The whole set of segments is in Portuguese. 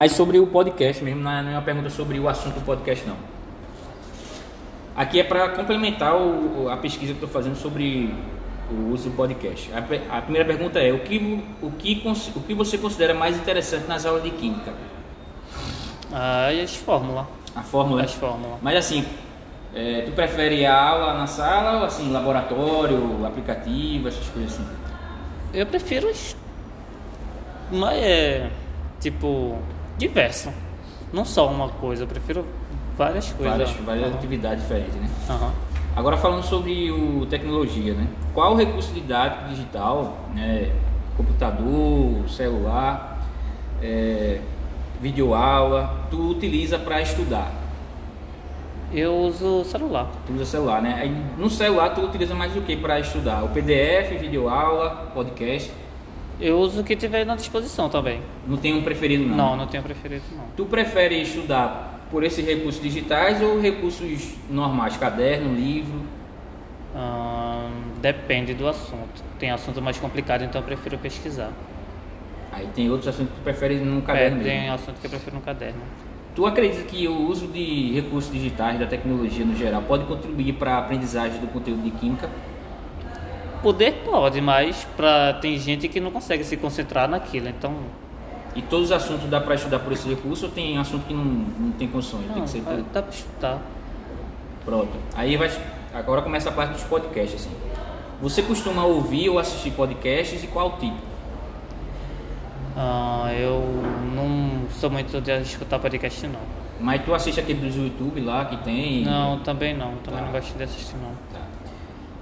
Aí sobre o podcast mesmo, não é não é uma pergunta sobre o assunto do podcast não. Aqui é para complementar o- o- a pesquisa que estou fazendo sobre o uso do podcast. A, pe- a primeira pergunta é: o que, vo- o, que, cons- o que você considera mais interessante nas aulas de química? Ah, e as fórmulas. A fórmula? As fórmulas. Mas assim, é, tu prefere a aula na sala ou assim, laboratório, aplicativo, essas coisas assim? Eu prefiro as. Mas é. Tipo. Diverso. Não só uma coisa, eu prefiro várias coisas. Várias, várias Aham. atividades diferentes, né? Aham. Agora falando sobre o tecnologia, né? Qual recurso didático digital, né? computador, celular, é, videoaula, tu utiliza para estudar? Eu uso celular. Tu usa celular, né? Aí, No celular tu utiliza mais o que para estudar? O PDF, videoaula, podcast? Eu uso o que tiver na disposição também. Não tem um preferido não? Não, não tenho preferido não. Tu prefere estudar por esses recursos digitais ou recursos normais, caderno, livro? Ahn, depende do assunto. Tem assunto mais complicado, então eu prefiro pesquisar. Aí tem outros assuntos que tu prefere no É, Um caderno mesmo. tem assunto que eu prefiro no caderno. Tu acredita que o uso de recursos digitais, da tecnologia no geral, pode contribuir para a aprendizagem do conteúdo de química? Poder pode, mas pra... tem gente que não consegue se concentrar naquilo, então. E todos os assuntos dá para estudar por esse recurso ou tem assunto que não, não tem condições? tem Não, que ser dá- por... dá pra estudar. Pronto. Aí vai... agora começa a parte dos podcasts. Assim. Você costuma ouvir ou assistir podcasts e qual tipo? Ah, eu não sou muito de escutar podcast não. Mas tu assiste aquele do YouTube lá que tem? Não, também não. Também não gosto de assistir não. Tá.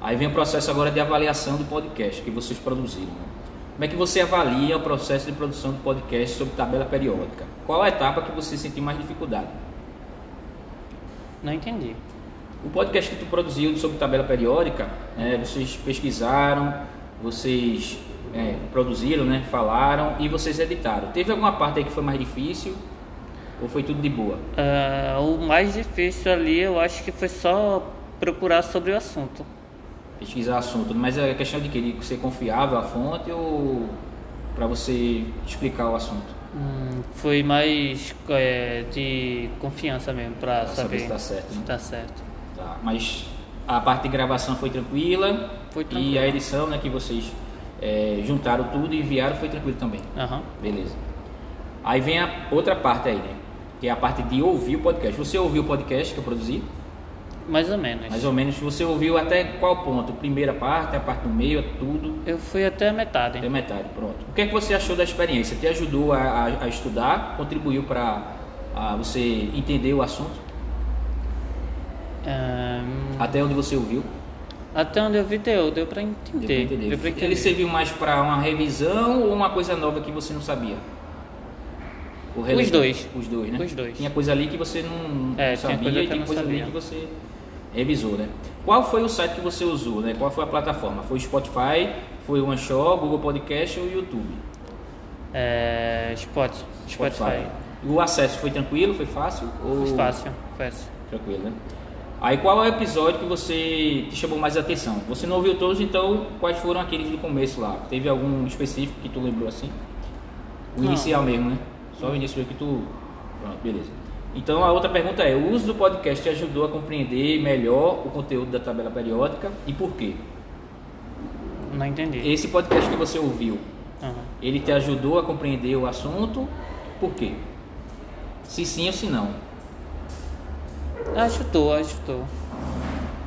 Aí vem o processo agora de avaliação do podcast que vocês produziram. né? Como é que você avalia o processo de produção do podcast sob tabela periódica? Qual a etapa que você sentiu mais dificuldade? Não entendi. O podcast que tu produziu sob tabela periódica, né, vocês pesquisaram, vocês é, produziram, né, falaram e vocês editaram. Teve alguma parte aí que foi mais difícil ou foi tudo de boa? Ah, o mais difícil ali eu acho que foi só procurar sobre o assunto. pesquisar assunto, mas é questão de que de ser confiável a fonte ou para você explicar o assunto? Hum, foi mais é, de confiança mesmo pra saber saber, se tá certo, né? tá certo. Tá, mas a parte de gravação foi tranquila. Foi E tranquila. a edição, né, que vocês é, juntaram tudo e enviaram foi tranquilo também. Aham. Beleza. Aí vem a outra parte aí, né? Que é a parte de ouvir o podcast. Você ouviu o podcast que eu produzi? Mais ou menos. Mais ou menos você ouviu até qual ponto? Primeira parte, a parte do meio, é tudo. Eu fui até a metade. Até metade, pronto. O que é que você achou da experiência? Te ajudou a, a- a estudar? Contribuiu para você entender o assunto? Ahn, Até onde você ouviu? Ah, até onde eu vi deu, deu pra Deu pra entender. entender. Deu pra entender. Ele serviu mais para uma revisão ou uma coisa nova que você não sabia? Ou relevo? dois. Os dois, né? Os dois. Tinha coisa ali que você não É, tinha sabia coisa que e eu tem não coisa ali sabia. que você revisou, né? Qual foi o site que você usou, né? Qual foi a plataforma? Foi o Spotify, foi o Anchor, Google Podcast ou o YouTube? É, Spot, Spotify. E o acesso foi tranquilo, foi fácil? Ou... Foi Fácil, fácil. Tranquilo, né? Aí qual é o episódio que você te chamou mais atenção? Você não ouviu todos, então quais foram aqueles do começo lá? Teve algum específico que tu lembrou assim? O Não. inicial mesmo, né? Só o início que tu. Pronto, beleza. Então a outra pergunta é: o uso do podcast te ajudou a compreender melhor o conteúdo da tabela periódica e por quê? Não entendi. Esse podcast que você ouviu, Aham. ele te ajudou a compreender o assunto? Por quê? Se sim ou se não. Ajudou, ajudou.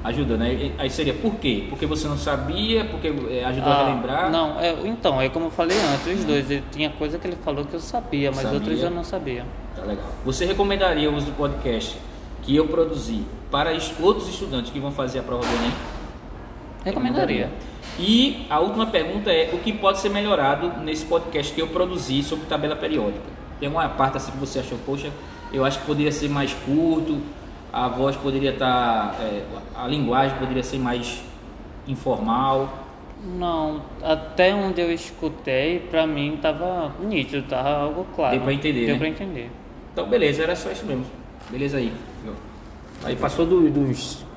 Ajuda, né? Aí seria por quê? Porque você não sabia, porque eh, ajudou a Ah, relembrar. Não, é, então, é como eu falei antes, os dois. Ele tinha coisa que ele falou que eu sabia, mas Sabia. outras eu não sabia. Tá legal. Você recomendaria o uso do podcast que eu produzi para es- outros estudantes que vão fazer a prova do Enem? Recomendaria. E a última pergunta é o que pode ser melhorado nesse podcast que eu produzi sobre tabela periódica? Tem alguma parte assim que você achou, poxa, eu acho que poderia ser mais curto, a voz poderia estar, eh, a linguagem poderia ser mais informal. Não, até onde eu escutei, pra mim tava nítido, tava algo claro. Deu pra entender, Deu né? pra entender. Então, beleza, era só isso mesmo. Beleza aí. Aí passou do- dos